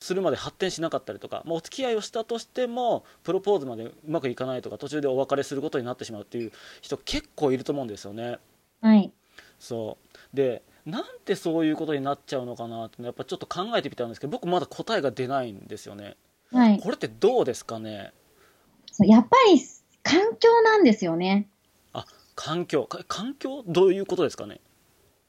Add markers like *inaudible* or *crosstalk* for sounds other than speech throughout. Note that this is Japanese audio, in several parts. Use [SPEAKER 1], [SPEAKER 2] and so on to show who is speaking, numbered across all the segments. [SPEAKER 1] するまで発展しなかったりとか、まあ、お付き合いをしたとしてもプロポーズまでうまくいかないとか途中でお別れすることになってしまうっていう人結構いると思うんですよね。
[SPEAKER 2] はい。
[SPEAKER 1] そうでなんでそういうことになっちゃうのかなってやっぱちょっと考えてみたんですけど僕まだ答えが出ないんですよね。
[SPEAKER 2] はい。
[SPEAKER 1] これってどうですかね
[SPEAKER 2] そうやっぱり環境なんですよね。
[SPEAKER 1] あ環境か環境どういうことですかね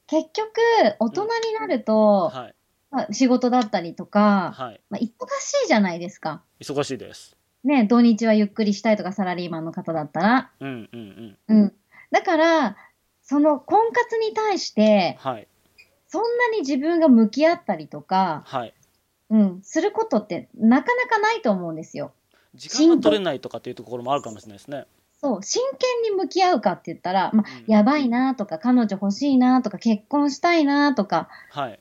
[SPEAKER 2] 結局、大人になると、
[SPEAKER 1] はい
[SPEAKER 2] まあ、仕事だったりとか、
[SPEAKER 1] はい
[SPEAKER 2] まあ、忙しいじゃないですか。
[SPEAKER 1] 忙しいです。
[SPEAKER 2] ね、土日はゆっくりしたいとか、サラリーマンの方だったら。
[SPEAKER 1] うんうんうん
[SPEAKER 2] うん。だから、その婚活に対して、
[SPEAKER 1] はい
[SPEAKER 2] そんなに自分が向き合ったりとか、
[SPEAKER 1] はい。
[SPEAKER 2] うん、することってなかなかないと思うんですよ。
[SPEAKER 1] 時間が取れないとかっていうところもあるかもしれないですね。
[SPEAKER 2] そう、真剣に向き合うかって言ったら、まあ、
[SPEAKER 1] うん
[SPEAKER 2] やばいなとか、彼女欲しいなとか、結婚したいなとか、
[SPEAKER 1] はい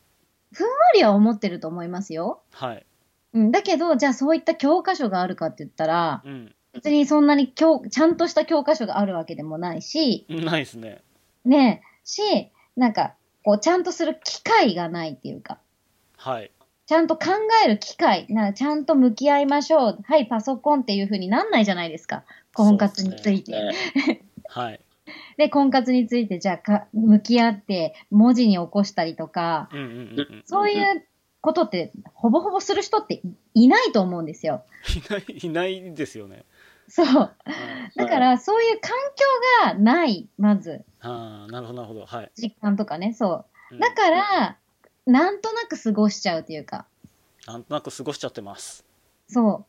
[SPEAKER 2] 無理は思ってると思いますよ。
[SPEAKER 1] はい。
[SPEAKER 2] うん、だけど、じゃあそういった教科書があるかって言ったら、
[SPEAKER 1] うん
[SPEAKER 2] 別にそんなに教ちゃんとした教科書があるわけでもないし、
[SPEAKER 1] ないですね。
[SPEAKER 2] ねえ、し、なんか、こう、ちゃんとする機会がないっていうか、
[SPEAKER 1] はい
[SPEAKER 2] ちゃんと考える機会、なちゃんと向き合いましょう、はい、パソコンっていう風になんないじゃないですか、婚活について。
[SPEAKER 1] そう
[SPEAKER 2] で
[SPEAKER 1] ですねはい。
[SPEAKER 2] 婚活について、じゃあか、向き合って、文字に起こしたりとか、
[SPEAKER 1] うんうんうんうん。
[SPEAKER 2] そういうことって、ほぼほぼする人っていいないと思うんですよ。
[SPEAKER 1] いないいないですよね。
[SPEAKER 2] そう。
[SPEAKER 1] はい
[SPEAKER 2] だから、そういう環境がない、まず、
[SPEAKER 1] ああなるほどなるほどはい。
[SPEAKER 2] 実感とかね、そう。
[SPEAKER 1] うん
[SPEAKER 2] だから、なんとなく過ごしちゃうというか、
[SPEAKER 1] なんとなく過ごしちゃってます。
[SPEAKER 2] そ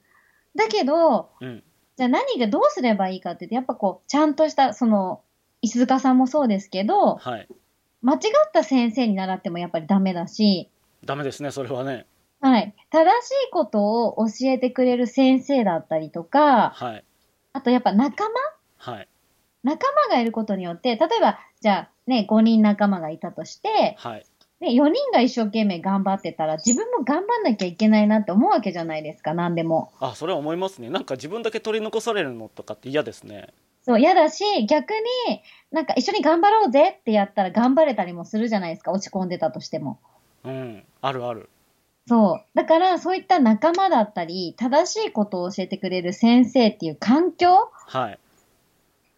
[SPEAKER 2] う。だけど、
[SPEAKER 1] うん
[SPEAKER 2] じゃあ何がどうすればいいかって言って、やっぱこう、ちゃんとした、その、石塚さんもそうですけど、
[SPEAKER 1] はい。
[SPEAKER 2] 間違った先生に習ってもやっぱりダメだし、
[SPEAKER 1] ダメですねそれはね。
[SPEAKER 2] はい。正しいことを教えてくれる先生だったりとか、
[SPEAKER 1] はい
[SPEAKER 2] あとやっぱ仲間
[SPEAKER 1] はい
[SPEAKER 2] 仲間がいることによって、例えば、じゃあね、5人仲間がいたとして、
[SPEAKER 1] はい
[SPEAKER 2] ね、4人が一生懸命頑張ってたら、自分も頑張んなきゃいけないなって思うわけじゃないですか、何でも。
[SPEAKER 1] あそれは思いますねなんか自分だけ取り残されるのとかって嫌ですね
[SPEAKER 2] そう、嫌だし、逆に、なんか一緒に頑張ろうぜってやったら頑張れたりもするじゃないですか、落ち込んでたとしても。
[SPEAKER 1] うんあるある
[SPEAKER 2] そう。だから、そういった仲間だったり、正しいことを教えてくれる先生っていう環境、
[SPEAKER 1] はい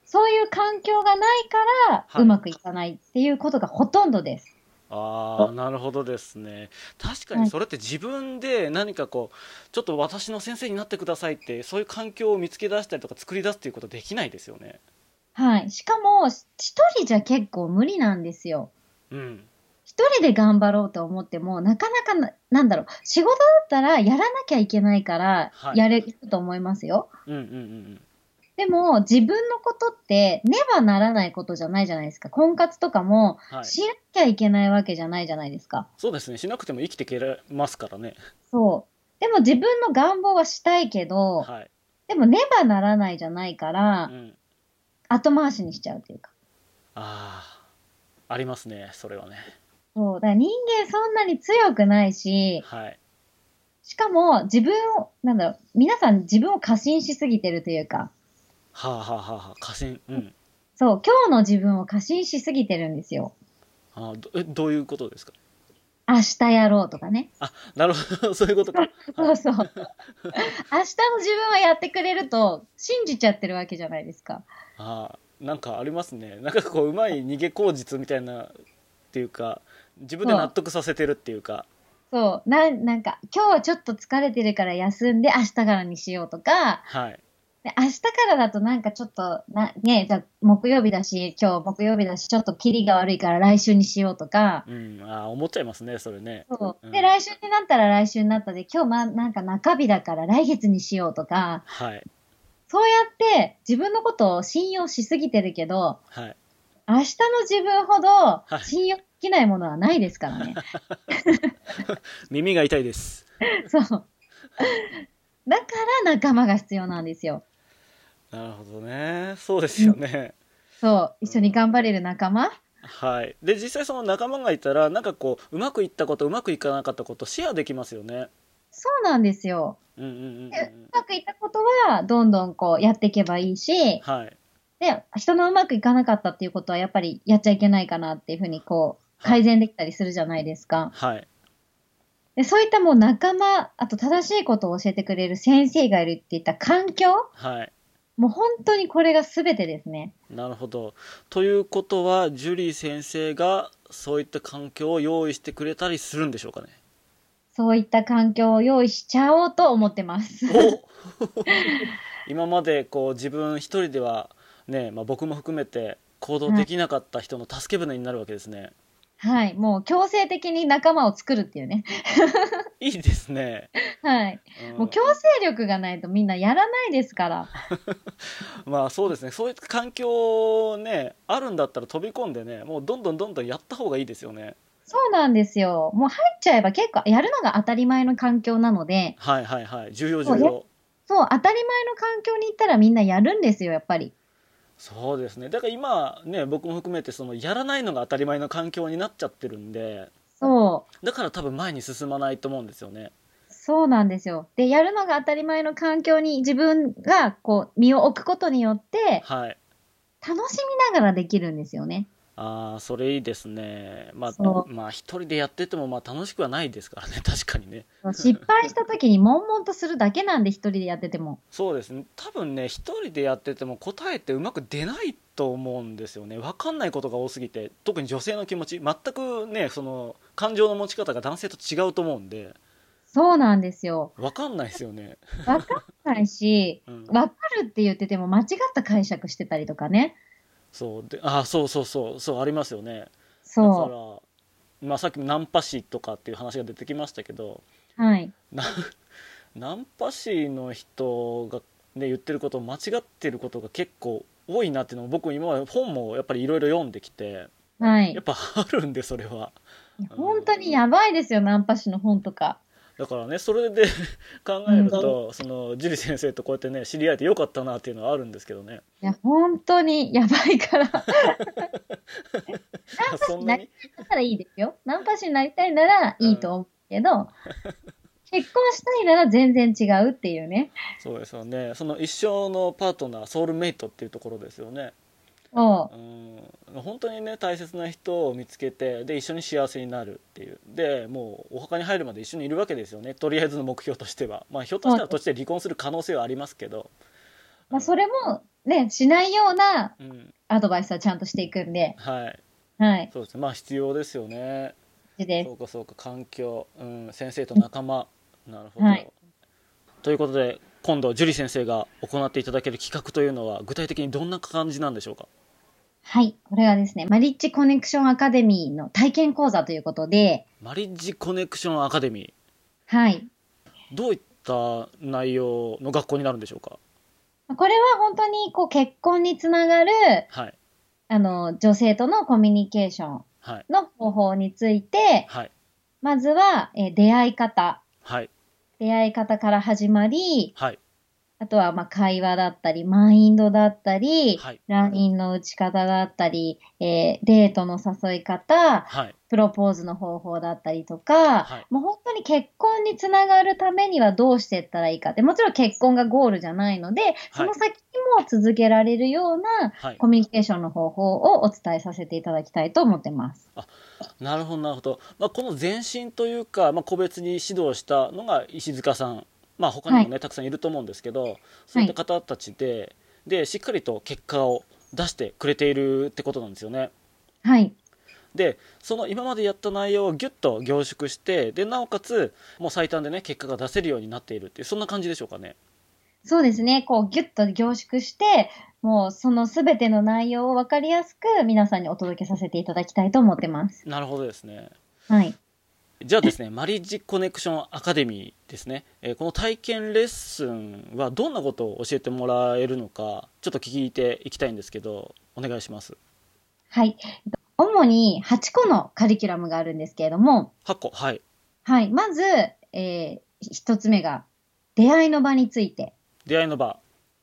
[SPEAKER 2] そういう環境がないから、
[SPEAKER 1] はいう
[SPEAKER 2] まくいかないっていうことがほとんどです。
[SPEAKER 1] あーなるほどですね確かにそれって自分で何かこうちょっと私の先生になってくださいってそういう環境を見つけ出したりとか作り出すっていうことできないですよね
[SPEAKER 2] はい。しかも、一人じゃ結構無理なんですよ。
[SPEAKER 1] うん
[SPEAKER 2] 一人で頑張ろうと思っても、なかなかな、なんだろう、仕事だったらやらなきゃいけないから
[SPEAKER 1] は、い
[SPEAKER 2] やれると思いますよ。
[SPEAKER 1] うんうんうん
[SPEAKER 2] でも、自分のことって、ねばならないことじゃないじゃないですか。婚活とかも、
[SPEAKER 1] はい
[SPEAKER 2] しなきゃいけないわけじゃないじゃないですか。
[SPEAKER 1] そうですねしなくても生きていけられますからね
[SPEAKER 2] そう。でも自分の願望はしたいけど、
[SPEAKER 1] はい、
[SPEAKER 2] でもねばならないじゃないか
[SPEAKER 1] う
[SPEAKER 2] ら、
[SPEAKER 1] ん、
[SPEAKER 2] 後回しにしちゃうというか。
[SPEAKER 1] あーありますねそれはね
[SPEAKER 2] そう。だから人間そんなに強くないし、
[SPEAKER 1] はい
[SPEAKER 2] しかも自分を、なんだろう、皆さん自分を過信しすぎてるというか、
[SPEAKER 1] はあはあはあはあ過信うん
[SPEAKER 2] そう、今日の自分を過信しすぎてるんですよ。
[SPEAKER 1] あーどえどういうことですか
[SPEAKER 2] 明日やろうとかね。
[SPEAKER 1] あなるほど *laughs* そういうこと
[SPEAKER 2] *laughs*
[SPEAKER 1] か
[SPEAKER 2] そう
[SPEAKER 1] *laughs*
[SPEAKER 2] そう。明日の自分はやってくれると信じちゃってるわけじゃないですか。
[SPEAKER 1] あーなんかありますねなんかこううまい逃げ口実みたいなっていうか自分で納得させてるっていうか
[SPEAKER 2] そう。な、なんか、今日はちょっと疲れてるから休んで明日からにしようとか、
[SPEAKER 1] はい
[SPEAKER 2] で明日からだとなんかちょっと、な、ね、じゃあ木曜日だし、今日木曜日だし、ちょっとキリが悪いから来週にしようとか、
[SPEAKER 1] うんあー思っちゃいますねそれね
[SPEAKER 2] そう。
[SPEAKER 1] う
[SPEAKER 2] で、
[SPEAKER 1] ん
[SPEAKER 2] 来週になったら来週になったで、今日ま、なんか中日だから来月にしようとか、
[SPEAKER 1] はい
[SPEAKER 2] そうやって自分のことを信用しすぎてるけど、
[SPEAKER 1] はい
[SPEAKER 2] 明日の自分ほど信用できないものはないですからね。
[SPEAKER 1] 耳が痛いです
[SPEAKER 2] そう。だから仲間が必要なんですよ。
[SPEAKER 1] なるほどねそうですよね
[SPEAKER 2] そう。一緒に頑張れる仲間、
[SPEAKER 1] はいで実際その仲間がいたらなんかこううまくいったことうまくいかなかったことシェアできますよね
[SPEAKER 2] そうなんですよ。
[SPEAKER 1] うんうんうんうん
[SPEAKER 2] でうまくいったことは、どんどんこうやっていけばいいし、
[SPEAKER 1] はい
[SPEAKER 2] で、人のうまくいかなかったっていうことは、やっぱりやっちゃいけないかなっていうふうに、こう、改善できたりするじゃないですか。
[SPEAKER 1] はい
[SPEAKER 2] でそういったもう仲間、あと正しいことを教えてくれる先生がいるって言った環境、
[SPEAKER 1] はい
[SPEAKER 2] もう本当にこれが全てですね。
[SPEAKER 1] なるほどということはジュリー先生がそういった環境を用意してくれたりするんでしょうかね
[SPEAKER 2] そういった環境を用意しちゃおうと思ってます。
[SPEAKER 1] お *laughs* 今までこう自分一人ではね、まあ、僕も含めて行動できなかった人の助け舟になるわけですね、
[SPEAKER 2] *laughs* はい。もう強制的に仲間を作るっていうね。 *laughs*
[SPEAKER 1] い、いですね、
[SPEAKER 2] はい。
[SPEAKER 1] うん
[SPEAKER 2] もう強制力がないとみんなやらないですから。
[SPEAKER 1] まあそうですねそういった環境ねあるんだったら飛び込んでねもうどんどんどんどんやった方がいいですよね
[SPEAKER 2] そうなんですよ。もう入っちゃえば結構やるのが当たり前の環境なので、
[SPEAKER 1] はいはいはい重要
[SPEAKER 2] そ
[SPEAKER 1] 重
[SPEAKER 2] う
[SPEAKER 1] 要
[SPEAKER 2] そう、当たり前の環境に行ったらみんなやるんですよ、やっぱり。
[SPEAKER 1] そうですねだから今ね僕も含めてそのやらないのが当たり前の環境になっちゃってるんで
[SPEAKER 2] そう。
[SPEAKER 1] だから多分前に進まないと思うんですよね
[SPEAKER 2] そうなんですよ。で、やるのが当たり前の環境に自分がこう身を置くことによって
[SPEAKER 1] はい
[SPEAKER 2] 楽しみながらできるんですよね。
[SPEAKER 1] ああそれいいですねまあ
[SPEAKER 2] そ
[SPEAKER 1] まあ一人でやっててもまあ楽しくはないですからね確かにね
[SPEAKER 2] 失敗した時に悶々とするだけなんで一人でやってても。
[SPEAKER 1] そうですね多分ね一人でやってても答えってうまく出ないと思うんですよね分かんないことが多すぎて特に女性の気持ち全くねその感情の持ち方が男性と違うと思うんで
[SPEAKER 2] そうなんですよ。
[SPEAKER 1] 分かんないですよね、、
[SPEAKER 2] わかんないし
[SPEAKER 1] うん、
[SPEAKER 2] わかるって言ってても間違った解釈してたりとかね。
[SPEAKER 1] そうであーそうそうそうそうありますよねだか
[SPEAKER 2] そ
[SPEAKER 1] ら、まあ、さっきナンパ師とかっていう話が出てきましたけど
[SPEAKER 2] う。はい。
[SPEAKER 1] なナンパ師の人が、ね、言ってること間違ってることが結構多いなっていうのも僕今まで本もやっぱりいろいろ読んできて
[SPEAKER 2] はい
[SPEAKER 1] やっ。ぱあるんでそれは
[SPEAKER 2] 本当にやばいですよ、ナンパ師の本とか。
[SPEAKER 1] だからねそれで *laughs* 考えると、そのジュリ先生とこうやってね知り合えてよかったなっていうのはあるんですけどね
[SPEAKER 2] いや、本当にやばいから。だっ
[SPEAKER 1] あそんなに
[SPEAKER 2] たらいいですよ。ナンパ師になりたいならいいと思うけど、結婚したいなら全然違うっていうね。
[SPEAKER 1] そうですよねその一生のパートナーソウルメイトっていうところですよね
[SPEAKER 2] そ
[SPEAKER 1] うん本当にね大切な人を見つけてで一緒に幸せになるっていうでもうお墓に入るまで一緒にいるわけですよねとりあえずの目標としては、まあ、ひょっとしたらとして離婚する可能性はありますけど、
[SPEAKER 2] う。まあ、それも、ね、しないような
[SPEAKER 1] うん、
[SPEAKER 2] アドバイスはちゃんとしていくんで、
[SPEAKER 1] はい
[SPEAKER 2] はい。
[SPEAKER 1] そうですねまあ必要ですよね
[SPEAKER 2] 大事で
[SPEAKER 1] そ
[SPEAKER 2] す。
[SPEAKER 1] うかそうか環境、うん、先生と仲間なるほど、
[SPEAKER 2] はい
[SPEAKER 1] ということで今度樹里先生が行っていただける企画というのは具体的にどんな感じなんでしょうか
[SPEAKER 2] はい。これはですね、マリッジコネクションアカデミーの体験講座ということで、
[SPEAKER 1] マリッジコネクションアカデミ
[SPEAKER 2] はい。
[SPEAKER 1] ーどういった内容の学校になるんでしょうか
[SPEAKER 2] これは本当にこう結婚につながる、
[SPEAKER 1] はい
[SPEAKER 2] あの、女性とのコミュニケーション
[SPEAKER 1] はい
[SPEAKER 2] の方法について、
[SPEAKER 1] はい
[SPEAKER 2] まずは、えー出会い方。
[SPEAKER 1] はい
[SPEAKER 2] 出会い方から始まり、
[SPEAKER 1] はい
[SPEAKER 2] あとは、まあ、会話だったり、マインドだったり、
[SPEAKER 1] はい
[SPEAKER 2] LINE の打ち方だったり、えーデートの誘い方、
[SPEAKER 1] はい
[SPEAKER 2] プロポーズの方法だったりとか、
[SPEAKER 1] はい
[SPEAKER 2] もう本当に結婚につながるためにはどうしていったらいいかって、もちろん結婚がゴールじゃないので、その先にも続けられるような
[SPEAKER 1] はい
[SPEAKER 2] コミュニケーションの方法をお伝えさせていただきたいと思ってます。
[SPEAKER 1] なるほどなるほど、まあ、この前進というか、まあ、個別に指導したのが石塚さん、まあ、他にもね、たくさんいると思うんですけどそういった方たちで,、でしっかりと結果を出してくれているってことなんですよね。
[SPEAKER 2] はい。
[SPEAKER 1] でその今までやった内容をギュッと凝縮してでなおかつもう最短でね結果が出せるようになっているっていうそんな感じでしょうかね。
[SPEAKER 2] そうですね。こう、ぎゅっと凝縮して、もうそのすべての内容をわかりやすく皆さんにお届けさせていただきたいと思ってます。
[SPEAKER 1] なるほどですね。
[SPEAKER 2] はい。
[SPEAKER 1] じゃあですね、マリッジコネクションアカデミーですね、えーこの体験レッスンはどんなことを教えてもらえるのか、ちょっと聞いていきたいんですけど、お願いします。
[SPEAKER 2] はい。主に8個のカリキュラムがあるんですけれども、
[SPEAKER 1] 8個、はい、
[SPEAKER 2] はい。まず、えー、1つ目が、出会いの場について。
[SPEAKER 1] 出会いの場、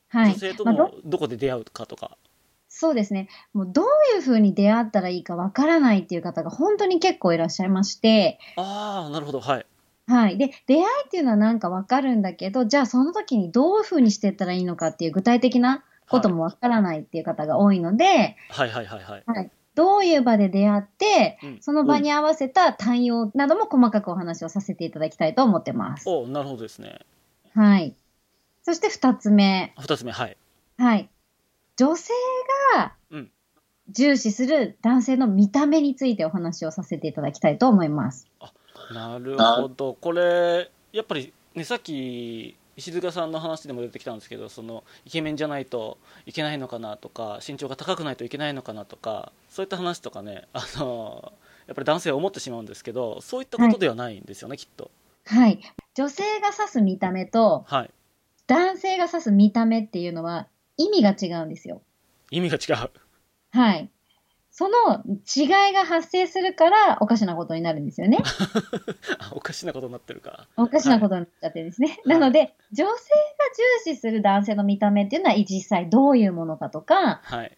[SPEAKER 2] はい。
[SPEAKER 1] 女性と
[SPEAKER 2] まあど
[SPEAKER 1] のどこで出会うかとか、
[SPEAKER 2] そうですね。もうどういうふうに出会ったらいいかわからないっていう方が本当に結構いらっしゃいまして、
[SPEAKER 1] ああ、なるほど、はい、
[SPEAKER 2] はい。で、出会いっていうのはなんかわかるんだけど、じゃあその時にどういうふうにしていったらいいのかっていう具体的なこともわからないっていう方が多いので、
[SPEAKER 1] はいはいはいはい、
[SPEAKER 2] はい。どういう場で出会って、
[SPEAKER 1] うん
[SPEAKER 2] その場に合わせた対応なども細かくお話をさせていただきたいと思ってます。
[SPEAKER 1] おなるほどですね
[SPEAKER 2] はい。そして二つ目。
[SPEAKER 1] 2つ目はい
[SPEAKER 2] はい。女性が
[SPEAKER 1] うん
[SPEAKER 2] 重視する男性の見た目についてお話をさせていただきたいと思います。
[SPEAKER 1] なるほどこれやっぱりねさっき石塚さんの話でも出てきたんですけどそのイケメンじゃないといけないのかなとか身長が高くないといけないのかなとかそういった話とかねあのやっぱり男性は思ってしまうんですけどそういったことではないんですよね、きっと
[SPEAKER 2] はい。女性が指す見た目と
[SPEAKER 1] はい
[SPEAKER 2] 男性が指す見た目っていうのは意味が違うんですよ。
[SPEAKER 1] 意味が違う
[SPEAKER 2] はい。その違いが発生するからおかしなことになるんですよね。
[SPEAKER 1] あおかしなことになってるか
[SPEAKER 2] おかしなことになっちゃってですね。
[SPEAKER 1] はい
[SPEAKER 2] なので、女性が重視する男性の見た目っていうのは実際どういうものかとか、
[SPEAKER 1] はい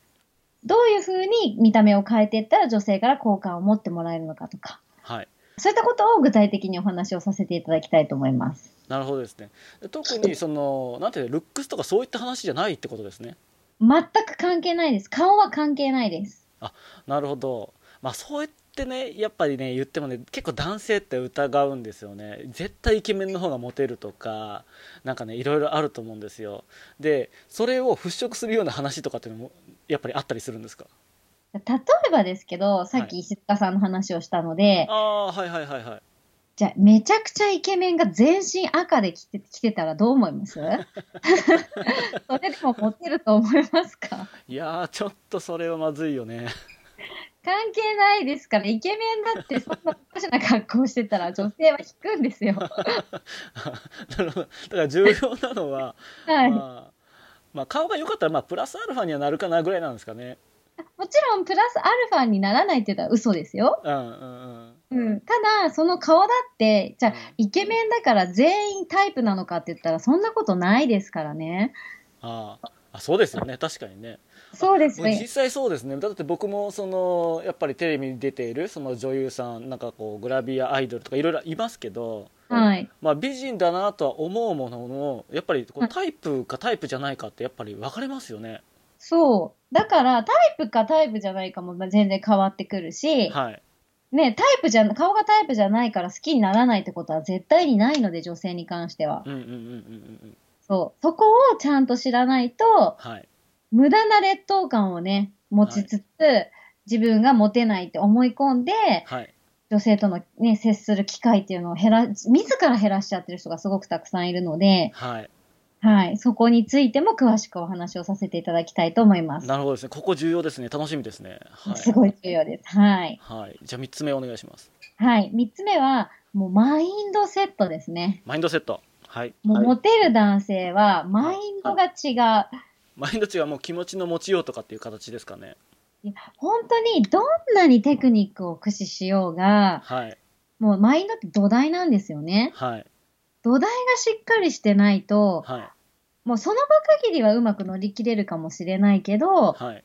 [SPEAKER 2] どういうふうに見た目を変えていったら女性から好感を持ってもらえるのかとか、
[SPEAKER 1] はい
[SPEAKER 2] そういったことを具体的にお話をさせていただきたいと思います。
[SPEAKER 1] なるほどですねで特にそのなんていうのルックスとかそういった話じゃないってことですね
[SPEAKER 2] 全く関係ないです。顔は関係ないです。
[SPEAKER 1] なるほど、まあ、そうやってねやっぱりね言ってもね結構男性って疑うんですよね絶対イケメンの方がモテるとかなんかねいろいろあると思うんですよでそれを払拭するような話とかっていうのもやっぱりあったりするんですか
[SPEAKER 2] 例えばですけど、さっ
[SPEAKER 1] はい
[SPEAKER 2] き石塚さんの話をしたので、
[SPEAKER 1] ああーはいはいはいはい
[SPEAKER 2] じゃあ、めちゃくちゃイケメンが全身赤で着て着てたらどう思
[SPEAKER 1] *laughs*
[SPEAKER 2] いますそれでもモテると思いますか
[SPEAKER 1] いやーちょっとそれはまずいよね *laughs*
[SPEAKER 2] 関係ないですから、イケメンだってそんなおかしな格好してたら女性は引くんですよ。
[SPEAKER 1] なるほどだから重要なのは、
[SPEAKER 2] はい。も
[SPEAKER 1] まあまあ、顔が良かったらまあプラスアルファにはなるかなぐらいなんですかね
[SPEAKER 2] ちろんプラスアルファにならないっていうのは嘘ですよ。
[SPEAKER 1] うんうんうん
[SPEAKER 2] うん。ただ、その顔だって、じゃあ、イケメンだから全員タイプなのかって言ったらそんなことないですからね。
[SPEAKER 1] あーあそうですよね確かにね
[SPEAKER 2] そうです
[SPEAKER 1] もう実
[SPEAKER 2] ね。
[SPEAKER 1] 際そうですねだって僕もそのやっぱりテレビに出ているその女優さんなんかこうグラビアアイドルとかいろいろいますけど、
[SPEAKER 2] はい。
[SPEAKER 1] まあ、美人だなとは思うもののやっぱりこ
[SPEAKER 2] は
[SPEAKER 1] う
[SPEAKER 2] い
[SPEAKER 1] タイプかタイプじゃないかってやっぱり分かれますよね
[SPEAKER 2] そう。だから、タイプかタイプじゃないかもまあ全然変わってくるし、
[SPEAKER 1] はい
[SPEAKER 2] ね、タイプじゃ、顔がタイプじゃないから好きにならないってことは絶対にないので、女性に関しては。
[SPEAKER 1] うんうんうんうんうんうん
[SPEAKER 2] そう。そこをちゃんと知らないと、
[SPEAKER 1] はい
[SPEAKER 2] 無駄な劣等感をね、持ちつつ、自分がモテないって思い込んで、
[SPEAKER 1] はい
[SPEAKER 2] 女性とのね、接する機会っていうのを減ら、自ら減らしちゃってる人がすごくたくさんいるので、
[SPEAKER 1] はい
[SPEAKER 2] はい。そこについても詳しくお話をさせていただきたいと思います。
[SPEAKER 1] なるほどですねここ重要ですね楽しみですねはい
[SPEAKER 2] すごい重要です。はい。
[SPEAKER 1] はい、じゃあ3つ目お願いします
[SPEAKER 2] はい。三つ目は、もうマインドセットですね。
[SPEAKER 1] マインドセットはい
[SPEAKER 2] もう
[SPEAKER 3] はい
[SPEAKER 2] モテる男性は、マインドが違う。
[SPEAKER 1] マインド違うもう気持ちの持ちようとかっていう形ですかね
[SPEAKER 2] 本当にどんなにテクニックを駆使しようが、
[SPEAKER 1] はい
[SPEAKER 2] もうマインドって土台なんですよね。
[SPEAKER 1] はい
[SPEAKER 2] 土台がしっかりしてないと、
[SPEAKER 1] はい
[SPEAKER 2] もうその場限りはうまく乗り切れるかもしれないけど、
[SPEAKER 1] はい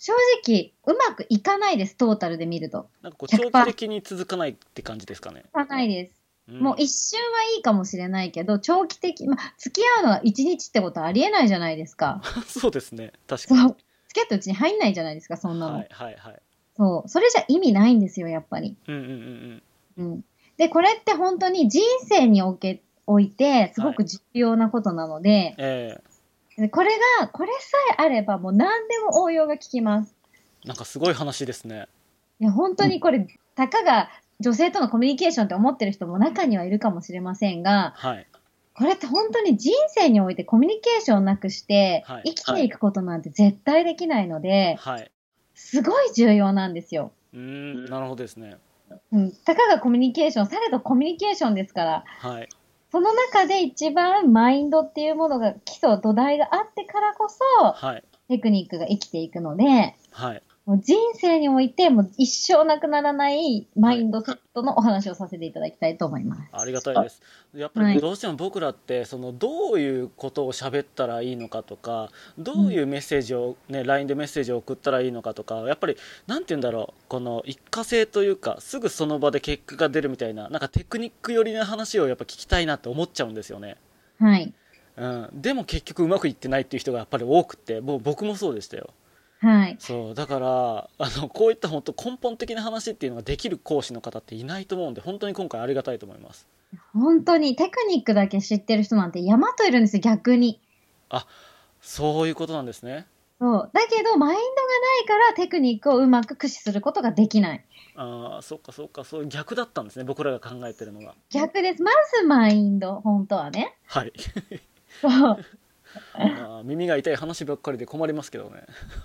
[SPEAKER 2] 正直うまくいかないです、トータルで見ると。
[SPEAKER 1] なんかこう長期的に続かないって感じですかね
[SPEAKER 2] いかないです。
[SPEAKER 1] うん
[SPEAKER 2] もう一瞬はいいかもしれないけど、長期的、まあ、付き合うのは一日ってことはありえないじゃないで
[SPEAKER 1] *laughs*
[SPEAKER 2] すか。
[SPEAKER 1] *laughs* そうですね確
[SPEAKER 2] そ
[SPEAKER 1] かに
[SPEAKER 2] う。付き合ったうちに入んないじゃないですか、そんなの。
[SPEAKER 1] はいはいはい
[SPEAKER 2] そう。それじゃ意味ないんですよ、やっぱり。
[SPEAKER 1] うんうんうん
[SPEAKER 2] うん。で、これって本当に人生におけ、おいて、すごく重要なことなので、
[SPEAKER 1] ええ
[SPEAKER 2] でこれが、これさえあれば、もう何でも応用が効きます。
[SPEAKER 1] なんかすごい話ですね
[SPEAKER 2] いや、本当にこれ、たかが女性とのコミュニケーションって思ってる人も中にはいるかもしれませんが、
[SPEAKER 1] はい
[SPEAKER 2] これって本当に人生においてコミュニケーションなくして
[SPEAKER 1] はい、
[SPEAKER 2] 生きていくことなんて絶対できないので、
[SPEAKER 1] はい
[SPEAKER 2] すごい重要なんですよ。
[SPEAKER 1] うーんなるほどですね
[SPEAKER 2] うん。たかがコミュニケーション、されどコミュニケーションですから、
[SPEAKER 1] はい
[SPEAKER 2] その中で一番マインドっていうものが基礎、土台があってからこそ、
[SPEAKER 1] はい
[SPEAKER 2] テクニックが生きていくので、
[SPEAKER 1] はい
[SPEAKER 2] もう人生においてもう一生なくならないマインドセットのお話をさせていただきたいと思います。
[SPEAKER 1] ありがたいですやっぱ
[SPEAKER 2] は
[SPEAKER 1] り
[SPEAKER 2] い
[SPEAKER 1] どうしても僕らってそのどういうことを喋ったらいいのかとかどういうメッセージを、ね、LINE でメッセージを送ったらいいのかとかやっぱりなんて言うんだろうこの一過性というかすぐその場で結果が出るみたいななんかテクニック寄りな話をやっぱ聞きたいなって思っちゃうんですよね
[SPEAKER 2] はい。
[SPEAKER 1] うん、でも結局うまくいってないっていう人がやっぱり多くてもう僕もそうでしたよ
[SPEAKER 2] はい。
[SPEAKER 1] そうだからあのこういった本当根本的な話っていうのができる講師の方っていないと思うんで本当に今回ありがたいと思います
[SPEAKER 2] 本当にテクニックだけ知ってる人なんて山といるんですよ、逆に。
[SPEAKER 1] そういうことなんですね
[SPEAKER 2] そう。だけど、マインドがないからテクニックをうまく駆使することができない。
[SPEAKER 1] ああそっかそっかそう逆だったんですね僕らが考えてるのが
[SPEAKER 2] 逆です。まずマインド、本当はね。
[SPEAKER 1] はい *laughs*
[SPEAKER 2] そう。
[SPEAKER 1] まあ耳が痛い話ばっかりで困りますけどね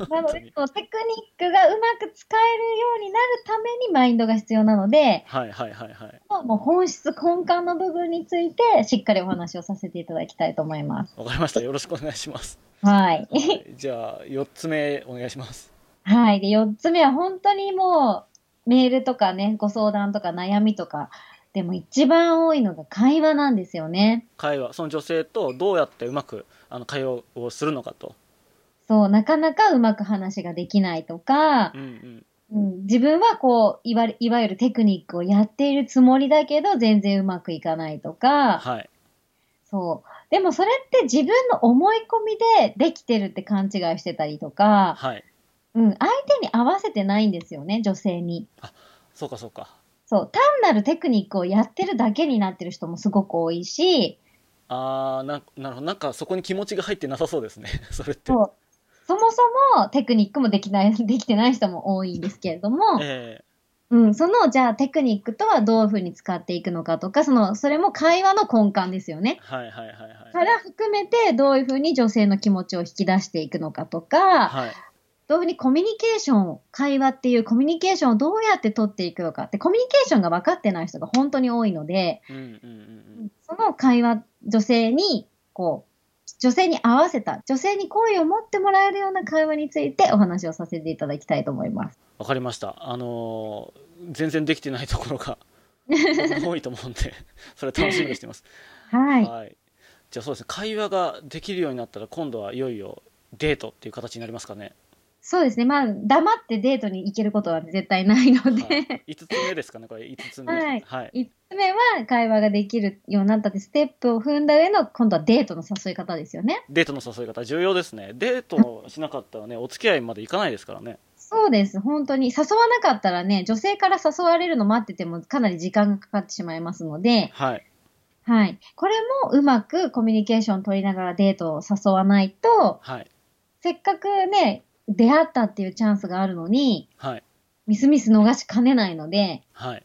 [SPEAKER 2] なの
[SPEAKER 1] 本当に
[SPEAKER 2] で、そのテクニックがうまく使えるようになるためにマインドが必要なので、
[SPEAKER 1] はいはいはいはい
[SPEAKER 2] もう本質根幹の部分についてしっかりお話をさせていただきたいと思います。
[SPEAKER 1] わかりましたよろしくお願いします
[SPEAKER 2] はい。
[SPEAKER 1] はいじゃあ4つ目お願いします
[SPEAKER 2] はい。で、4つ目は本当にもうメールとかね、ご相談とか悩みとか、でも一番多いのが会話なんですよね。
[SPEAKER 1] 会話その女性とどうやってうまくあの会話をするのかと、
[SPEAKER 2] そう、なかなかうまく話ができないとか
[SPEAKER 1] う、んうん、
[SPEAKER 2] うん、自分はこういわ、いわゆるテクニックをやっているつもりだけど、全然うまくいかないとか、
[SPEAKER 1] はい
[SPEAKER 2] そう。でもそれって自分の思い込みでできてるって勘違いしてたりとか、
[SPEAKER 1] はい
[SPEAKER 2] うん、相手に合わせてないんですよね、女性に。
[SPEAKER 1] そうかそうか
[SPEAKER 2] そう、単なるテクニックをやってるだけになってる人もすごく多いし、
[SPEAKER 1] あーなんなるほどなんかそこに気持ちが入ってなさそうですね *laughs* それって
[SPEAKER 2] そうそもそもテクニックもできない、 *laughs* できてない人も多いんですけれども、
[SPEAKER 1] え
[SPEAKER 2] うん、その、じゃあテクニックとはどういうふうに使っていくのかとか、その、それも会話の根幹ですよね
[SPEAKER 1] え。はいはいはい
[SPEAKER 2] か
[SPEAKER 1] はい
[SPEAKER 2] ら含めて、どういうふうに女性の気持ちを引き出していくのかとか、
[SPEAKER 1] はい
[SPEAKER 2] どういうふうにコミュニケーションを、会話っていうコミュニケーションをどうやって取っていくのかって、コミュニケーションが分かってない人が本当に多いので、
[SPEAKER 1] うんうんうん
[SPEAKER 2] その会話、女性に、こう、女性に合わせた、女性に好意を持ってもらえるような会話についてお話をさせていただきたいと思います。
[SPEAKER 1] わかりましたあのー全然できてないところ
[SPEAKER 2] *laughs*
[SPEAKER 1] が多いと思うんでそれ楽しみにしてます
[SPEAKER 2] はい。
[SPEAKER 1] はいじゃあそうですね会話ができるようになったら今度はいよいよデートっていう形になりますかね、
[SPEAKER 2] そうですね。まあ、黙ってデートに行けることは絶対ないの
[SPEAKER 1] は
[SPEAKER 2] で、 *laughs*
[SPEAKER 1] い、5つ目ですかねこれ5つ目
[SPEAKER 2] はい
[SPEAKER 1] はい、
[SPEAKER 2] 5つ目は会話ができるようになったって、ステップを踏んだ上の、今度はデートの誘い方ですよね。
[SPEAKER 1] デートの誘い方重要ですねデートをしなかったらねお付き合いまでいかないですからね
[SPEAKER 2] そうです。本当に。誘わなかったらね、女性から誘われるの待っててもかなり時間がかかってしまいますので、
[SPEAKER 1] はい
[SPEAKER 2] はい。これもうまくコミュニケーション取りながらデートを誘わないと、
[SPEAKER 1] はい
[SPEAKER 2] せっかくね、出会ったっていうチャンスがあるのに、
[SPEAKER 1] はい
[SPEAKER 2] ミスミス逃しかねないので、
[SPEAKER 1] はい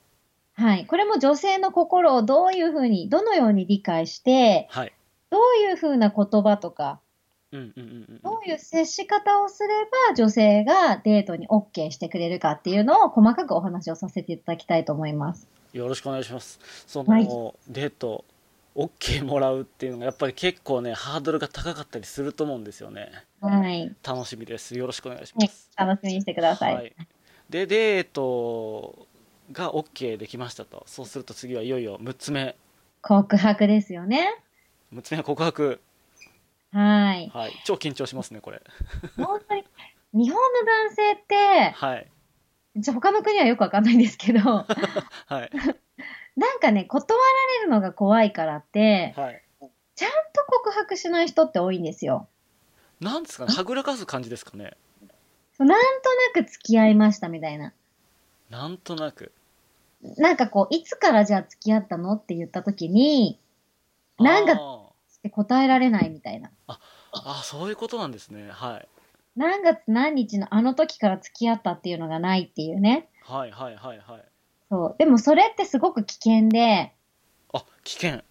[SPEAKER 2] はい。これも女性の心をどういうふうに、どのように理解して、
[SPEAKER 1] はい
[SPEAKER 2] どういうふうな言葉とか、
[SPEAKER 1] うんうんうんうん
[SPEAKER 2] どういう接し方をすれば女性がデートに OK してくれるかっていうのを細かくお話をさせていただきたいと思います。
[SPEAKER 1] よろしくお願いしますその、
[SPEAKER 2] はい
[SPEAKER 1] デート OK もらうっていうのがやっぱり結構ねハードルが高かったりすると思うんですよね
[SPEAKER 2] はい。
[SPEAKER 1] 楽しみですよろしくお願いしま
[SPEAKER 2] ね
[SPEAKER 1] す、
[SPEAKER 2] 楽しみにしてください。
[SPEAKER 1] はい、でデートが OK できましたとそうすると次はいよいよ6つ目
[SPEAKER 2] 告白ですよね。
[SPEAKER 1] 6つ目は告白
[SPEAKER 2] はい。
[SPEAKER 1] はい超緊張しますねこれ
[SPEAKER 2] 本当に、日本の男性って、
[SPEAKER 1] はい
[SPEAKER 2] じゃ他の国はよくわかんないんですけど、なん
[SPEAKER 1] はい
[SPEAKER 2] かね、断られるのが怖いからって、
[SPEAKER 1] はい
[SPEAKER 2] ちゃんと告白しない人って多いんですよ。
[SPEAKER 1] なんですかねはぐらかす感じですかね
[SPEAKER 2] そうなんとなく付き合いましたみたいな。
[SPEAKER 1] なんとなく
[SPEAKER 2] なんかこう、いつからじゃあ付き合ったのって言った時に、なんか
[SPEAKER 1] あ
[SPEAKER 2] って答えられないみたいな。
[SPEAKER 1] ーあーそういうことなんですね、はい、
[SPEAKER 2] 何月何日のあの時から付き合ったっていうのがないっていうね。
[SPEAKER 1] はいはいはいはい
[SPEAKER 2] そう。でもそれってすごく危険で、
[SPEAKER 1] あ危険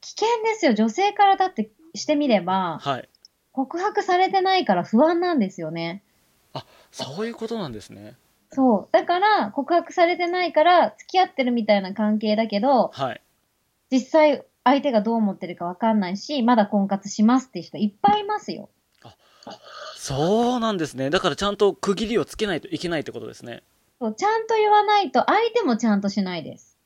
[SPEAKER 2] 危険ですよ。女性からだってしてみれば、
[SPEAKER 1] はい
[SPEAKER 2] 告白されてないから不安なんですよね。
[SPEAKER 1] そういうことなんですね
[SPEAKER 2] そう。だから、告白されてないから、付き合ってるみたいな関係だけど、
[SPEAKER 1] はい
[SPEAKER 2] 実際、相手がどう思ってるかわかんないし、まだ婚活しますっていう人いっぱいいますよ。
[SPEAKER 1] そうなんですねだからちゃんと区切りをつけないといけないってことですね
[SPEAKER 2] そう、ちゃんと言わないと、相手もちゃんとしないです。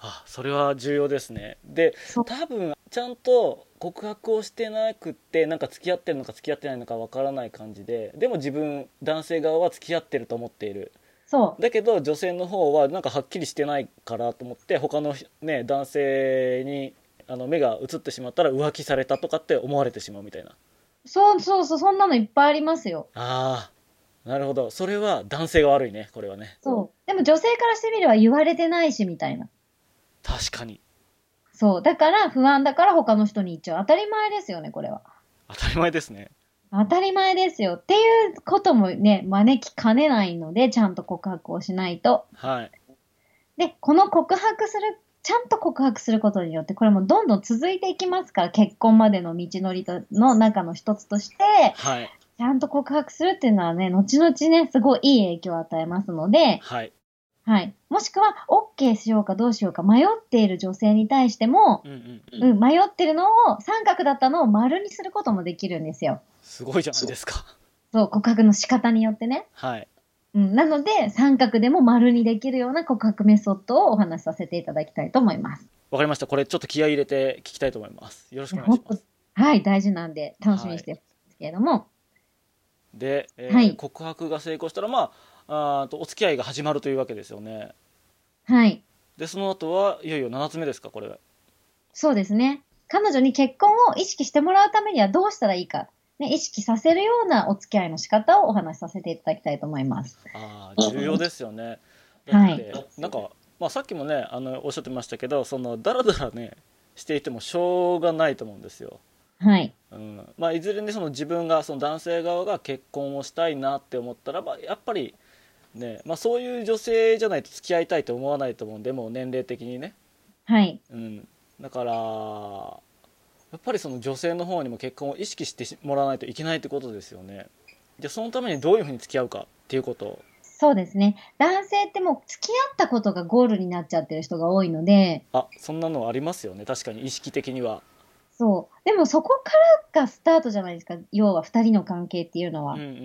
[SPEAKER 1] あそれは重要ですねで
[SPEAKER 2] そう
[SPEAKER 1] 多分ちゃんと告白をしてなくってなんか付き合ってるのか付き合ってないのかわからない感じででも自分男性側は付き合ってると思っている
[SPEAKER 2] そう。
[SPEAKER 1] だけど女性の方はなんかはっきりしてないからと思って他の、ね、男性にあの目が移ってしまったら浮気されたとかって思われてしまうみたいな
[SPEAKER 2] そうそうそう、そんなのいっぱいありますよ。
[SPEAKER 1] あなるほどそれは男性が悪いねこれはね
[SPEAKER 2] そう。でも女性からしてみれば言われてないしみたいな。
[SPEAKER 1] 確かに
[SPEAKER 2] そう。だから不安だから他の人に言っちゃう。当たり前ですよね、これは。
[SPEAKER 1] 当たり前ですね
[SPEAKER 2] 当たり前ですよ。っていうこともね、招きかねないので、ちゃんと告白をしないと。
[SPEAKER 1] はい
[SPEAKER 2] で、この告白する、ちゃんと告白することによって、これもどんどん続いていきますから、結婚までの道のりとの中の一つとして、
[SPEAKER 1] はい
[SPEAKER 2] ちゃんと告白するっていうのはね、後々ね、すごいいい影響を与えますので、
[SPEAKER 1] はい
[SPEAKER 2] はい。もしくは、OK しようかどうしようか迷っている女性に対しても、
[SPEAKER 1] うんうん
[SPEAKER 2] うん、迷ってるのを、三角だったのを丸にすることもできるんですよ。
[SPEAKER 1] すごいじゃないですか
[SPEAKER 2] そう、告白の仕方によってね。
[SPEAKER 1] はい
[SPEAKER 2] うん、なので、三角でも丸にできるような告白メソッドをお話しさせていただきたいと思います。
[SPEAKER 1] わかりましたこれちょっと気合い入れて聞きたいと思いますよろしくお願い
[SPEAKER 2] 本
[SPEAKER 1] します
[SPEAKER 2] 当はい、大事なんで楽しみにしてますけれども、
[SPEAKER 1] で、えー
[SPEAKER 2] はい
[SPEAKER 1] 告白が成功したらまああーとお付き合いが始まるというわけですよね
[SPEAKER 2] はい、
[SPEAKER 1] でその後はいよいよ7つ目ですかこれは
[SPEAKER 2] そうですね。彼女に結婚を意識してもらうためにはどうしたらいいか、ね、意識させるようなお付き合いの仕方をお話しさせていただきたいと思います。
[SPEAKER 1] ああ重要ですよね。だ
[SPEAKER 2] は
[SPEAKER 1] っ
[SPEAKER 2] い
[SPEAKER 1] てなんか、まあ、さっきもねあのおっしゃってましたけどそのだらだらねしていてもしょうがないと思うんですよ。
[SPEAKER 2] はい、
[SPEAKER 1] うんまあ、いずれにその自分がその男性側が結婚をしたいなって思ったらばやっぱり、ねまあ、そういう女性じゃないと付き合いたいと思わないと思うんでもう年齢的にね、
[SPEAKER 2] はい、
[SPEAKER 1] うん、だからやっぱりその女性の方にも結婚を意識してもらわないといけないってことですよねじゃあそのためにどういうふうに付き合うかっていうこと
[SPEAKER 2] そうですね。男性ってもう付き合ったことがゴールになっちゃってる人が多いので、
[SPEAKER 1] あそんなのありますよね確かに意識的には、
[SPEAKER 2] そう。でもそこからがスタートじゃないですか。要は二人の関係っていうのは。
[SPEAKER 1] うんうんうんう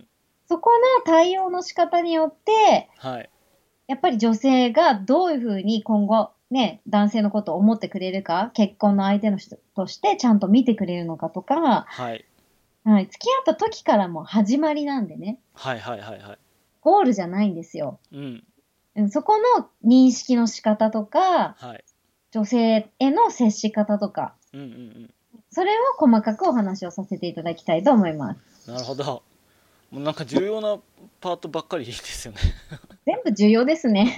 [SPEAKER 1] ん
[SPEAKER 2] そこの対応の仕方によって、
[SPEAKER 1] はい
[SPEAKER 2] やっぱり女性がどういうふうに今後、ね、男性のことを思ってくれるか、結婚の相手の人としてちゃんと見てくれるのかとか、
[SPEAKER 1] はい
[SPEAKER 2] はい、付き合った時からもう始まりなんでね、
[SPEAKER 1] はいはいはいはい
[SPEAKER 2] ゴールじゃないんですよ。
[SPEAKER 1] うん
[SPEAKER 2] うんそこの認識の仕方とか、
[SPEAKER 1] はい
[SPEAKER 2] 女性への接し方とか、
[SPEAKER 1] うんうんうん
[SPEAKER 2] それを細かくお話をさせていただきたいと思います。
[SPEAKER 1] なるほどもうなんか重要なパートばっかりですよね *laughs*
[SPEAKER 2] 全部重要ですね。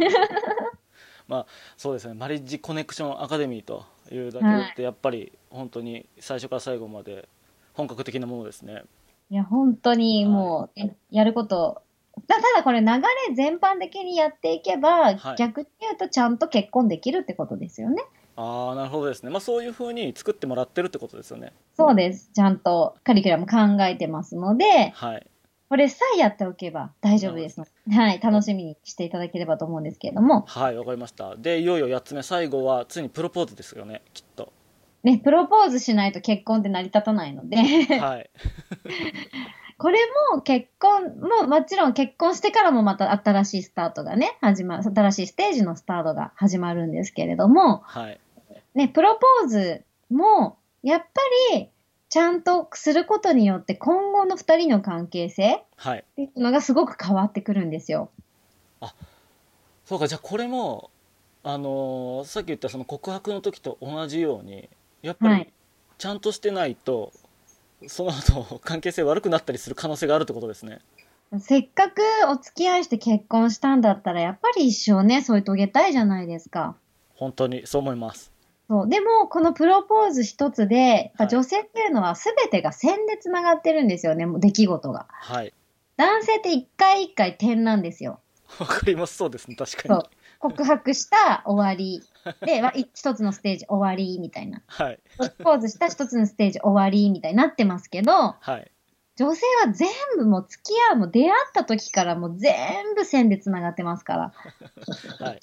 [SPEAKER 1] そうですねマリッジコネクションアカデミーというだけあってやっぱり本当に最初から最後まで本格的なものですね
[SPEAKER 2] いや、本当にもう、えやること、だただこれ流れ全般的にやっていけば、
[SPEAKER 1] はい
[SPEAKER 2] 逆に言うとちゃんと結婚できるってことですよね。
[SPEAKER 1] ああなるほどですねまあそういうふうに作ってもらってるってことですよね
[SPEAKER 2] そうです。ちゃんとカリキュラム考えてますので、
[SPEAKER 1] はい
[SPEAKER 2] これさえやっておけば大丈夫ですので。はい、楽しみにしていただければと思うんですけれども、
[SPEAKER 1] はいわかりましたでいよいよ8つ目最後はついにプロポーズですよねきっと
[SPEAKER 2] ね、プロポーズしないと結婚って成り立たないので、 *laughs*
[SPEAKER 1] はい
[SPEAKER 2] これも結婚、もうもちろん結婚してからもまた新しいスタートがね、始まる、新しいステージのスタートが始まるんですけれども、
[SPEAKER 1] はい
[SPEAKER 2] ね、プロポーズも、やっぱり、ちゃんとすることによって、今後の二人の関係性っ
[SPEAKER 1] はい
[SPEAKER 2] ていうのがすごく変わってくるんですよ。
[SPEAKER 1] そうかじゃあこれもあのーさっき言ったその告白の時と同じようにやっぱ
[SPEAKER 2] は
[SPEAKER 1] り
[SPEAKER 2] い。
[SPEAKER 1] ちゃんとしてないと、その後 *laughs* 関係性悪くなったりする可能性があるってことですね
[SPEAKER 2] せっかくお付き合いして結婚したんだったら、やっぱり一生ね、添い遂げたいじゃないですか。
[SPEAKER 1] 本当にそう思います
[SPEAKER 2] そう。でも、このプロポーズ一つで、や
[SPEAKER 1] は
[SPEAKER 2] っぱ
[SPEAKER 1] い
[SPEAKER 2] 女性っていうのは全てが線で繋がってるんですよね、もう出来事が。
[SPEAKER 1] はい
[SPEAKER 2] 男性って一回一回点なんですよ。
[SPEAKER 1] わかりますそうですね確か
[SPEAKER 2] そ
[SPEAKER 1] に
[SPEAKER 2] う。告白した終わり。で、わ一つのステージ終わり、みたいな。
[SPEAKER 1] はい
[SPEAKER 2] プロポーズした一つのステージ終わりみたいになってますけど、
[SPEAKER 1] はい
[SPEAKER 2] 女性は全部もう付き合うも出会った時からもう全部線で繋がってますから。
[SPEAKER 1] はい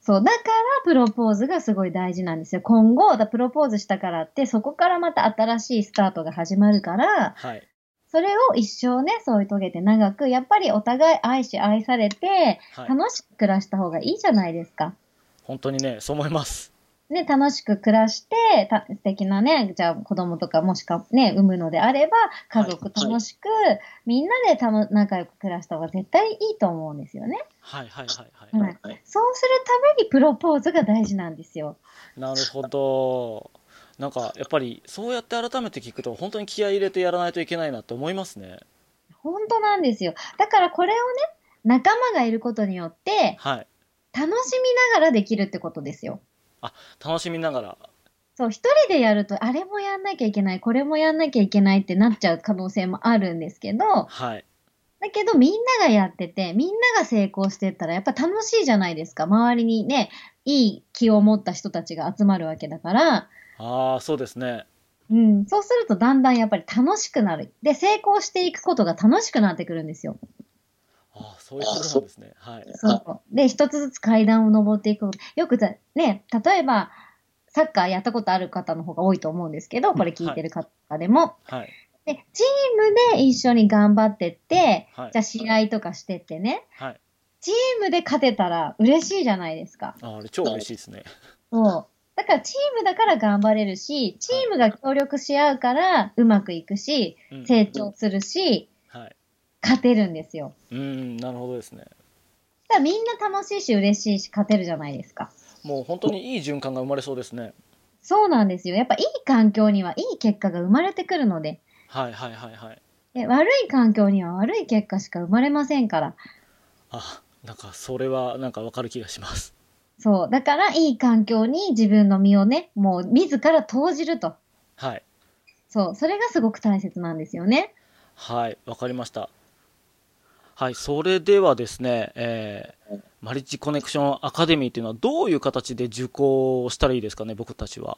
[SPEAKER 2] そう。だからプロポーズがすごい大事なんですよ。今後、だプロポーズしたからって、そこからまた新しいスタートが始まるから、
[SPEAKER 1] はい
[SPEAKER 2] それを一生ね、添い遂げて長く、やっぱりお互い愛し愛されて、
[SPEAKER 1] はい
[SPEAKER 2] 楽しく暮らした方がいいじゃないですか。
[SPEAKER 1] 本当にねそう思います
[SPEAKER 2] ね、楽しく暮らして、た素敵なね、じゃあ子供とかもしかね、産むのであれば、家族
[SPEAKER 1] はい
[SPEAKER 2] 楽しく、みんなでたの仲良く暮らした方が絶対いいと思うんですよね。
[SPEAKER 1] はいはいはいはい、
[SPEAKER 2] はい。そうするためにプロポーズが大事なんですよ。
[SPEAKER 1] なるほどなんかやっぱりそうやって改めて聞くと本当に気合い入れてやらないといけないなって思いますね
[SPEAKER 2] 本本当なんですよ。だからこれをね、仲間がいることによって、
[SPEAKER 1] はい
[SPEAKER 2] 楽しみながらできるってことですよ。
[SPEAKER 1] 楽しみながら
[SPEAKER 2] そう、一人でやると、あれもやんなきゃいけない、これもやんなきゃいけないってなっちゃう可能性もあるんですけど、
[SPEAKER 1] はい
[SPEAKER 2] だけどみんながやってて、みんなが成功してったら、やっぱ楽しいじゃないですか。周りにね、いい気を持った人たちが集まるわけだから、
[SPEAKER 1] ああそうですね
[SPEAKER 2] うん、そうするとだんだんやっぱり楽しくなる。で、成功していくことが楽しくなってくるんですよ。
[SPEAKER 1] ああそういうことなんですねはい
[SPEAKER 2] そう。で、一つずつ階段を登っていくこと。よくざね、例えば、サッカーやったことある方の方が多いと思うんですけど、これ聞いてる方でも。
[SPEAKER 1] はい
[SPEAKER 2] で、チームで一緒に頑張ってって、
[SPEAKER 1] はい
[SPEAKER 2] じゃあ試合とかしてってね、
[SPEAKER 1] はい
[SPEAKER 2] チームで勝てたら嬉しいじゃないですか。
[SPEAKER 1] あーあれ超嬉しいですね
[SPEAKER 2] そう。だからチームだから頑張れるし、チームが協力し合うからうまくいくし、
[SPEAKER 1] うん
[SPEAKER 2] 成長するし、
[SPEAKER 1] はい
[SPEAKER 2] 勝てるんですよ。
[SPEAKER 1] うんなるほどですね
[SPEAKER 2] だからみんな楽しいし嬉しいし勝てるじゃないですか。
[SPEAKER 1] もう本当にいい循環が生まれそうですね
[SPEAKER 2] そうなんですよ。やっぱいい環境にはいい結果が生まれてくるので、
[SPEAKER 1] はいはいはいはい
[SPEAKER 2] で悪い環境には悪い結果しか生まれませんから。
[SPEAKER 1] あなんかそれはなんかわかる気がします
[SPEAKER 2] そう。だからいい環境に自分の身をね、もう自ら投じると。
[SPEAKER 1] はい
[SPEAKER 2] そう。それがすごく大切なんですよね。
[SPEAKER 1] はいわかりましたはいそれではですね、えーマリッジコネクションアカデミーっていうのはどういう形で受講をしたらいいですかね僕たちは